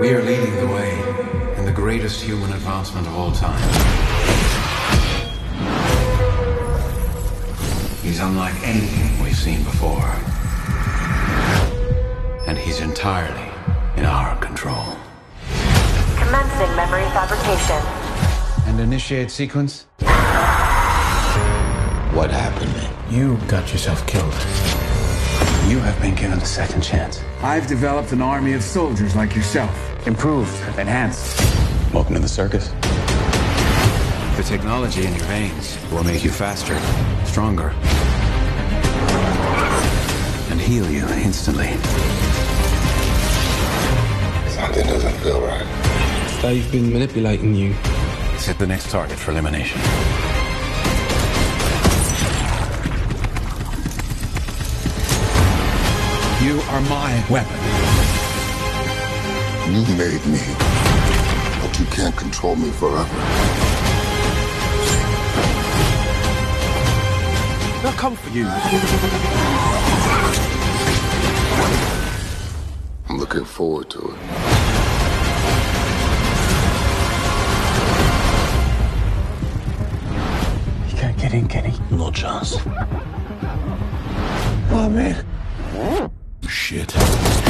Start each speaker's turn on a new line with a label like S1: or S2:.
S1: We are leading the way in the greatest human advancement of all time. He's unlike anything we've seen before. And he's entirely in our control.
S2: Commencing memory fabrication.
S1: And initiate sequence? What happened?
S3: You got yourself killed.
S1: You have been given a second chance.
S4: I've developed an army of soldiers like yourself.
S1: Improved, enhanced.
S5: Welcome to the circus.
S1: The technology in your veins will make you faster, stronger, and heal you instantly.
S6: Something doesn't feel right.
S7: They've been manipulating you.
S1: Set the next target for elimination. You are my weapon.
S6: You made me, but you can't control me forever.
S1: They'll come for you.
S6: I'm looking forward to it.
S1: You can't get in, Kenny. No chance. oh, man. Shit.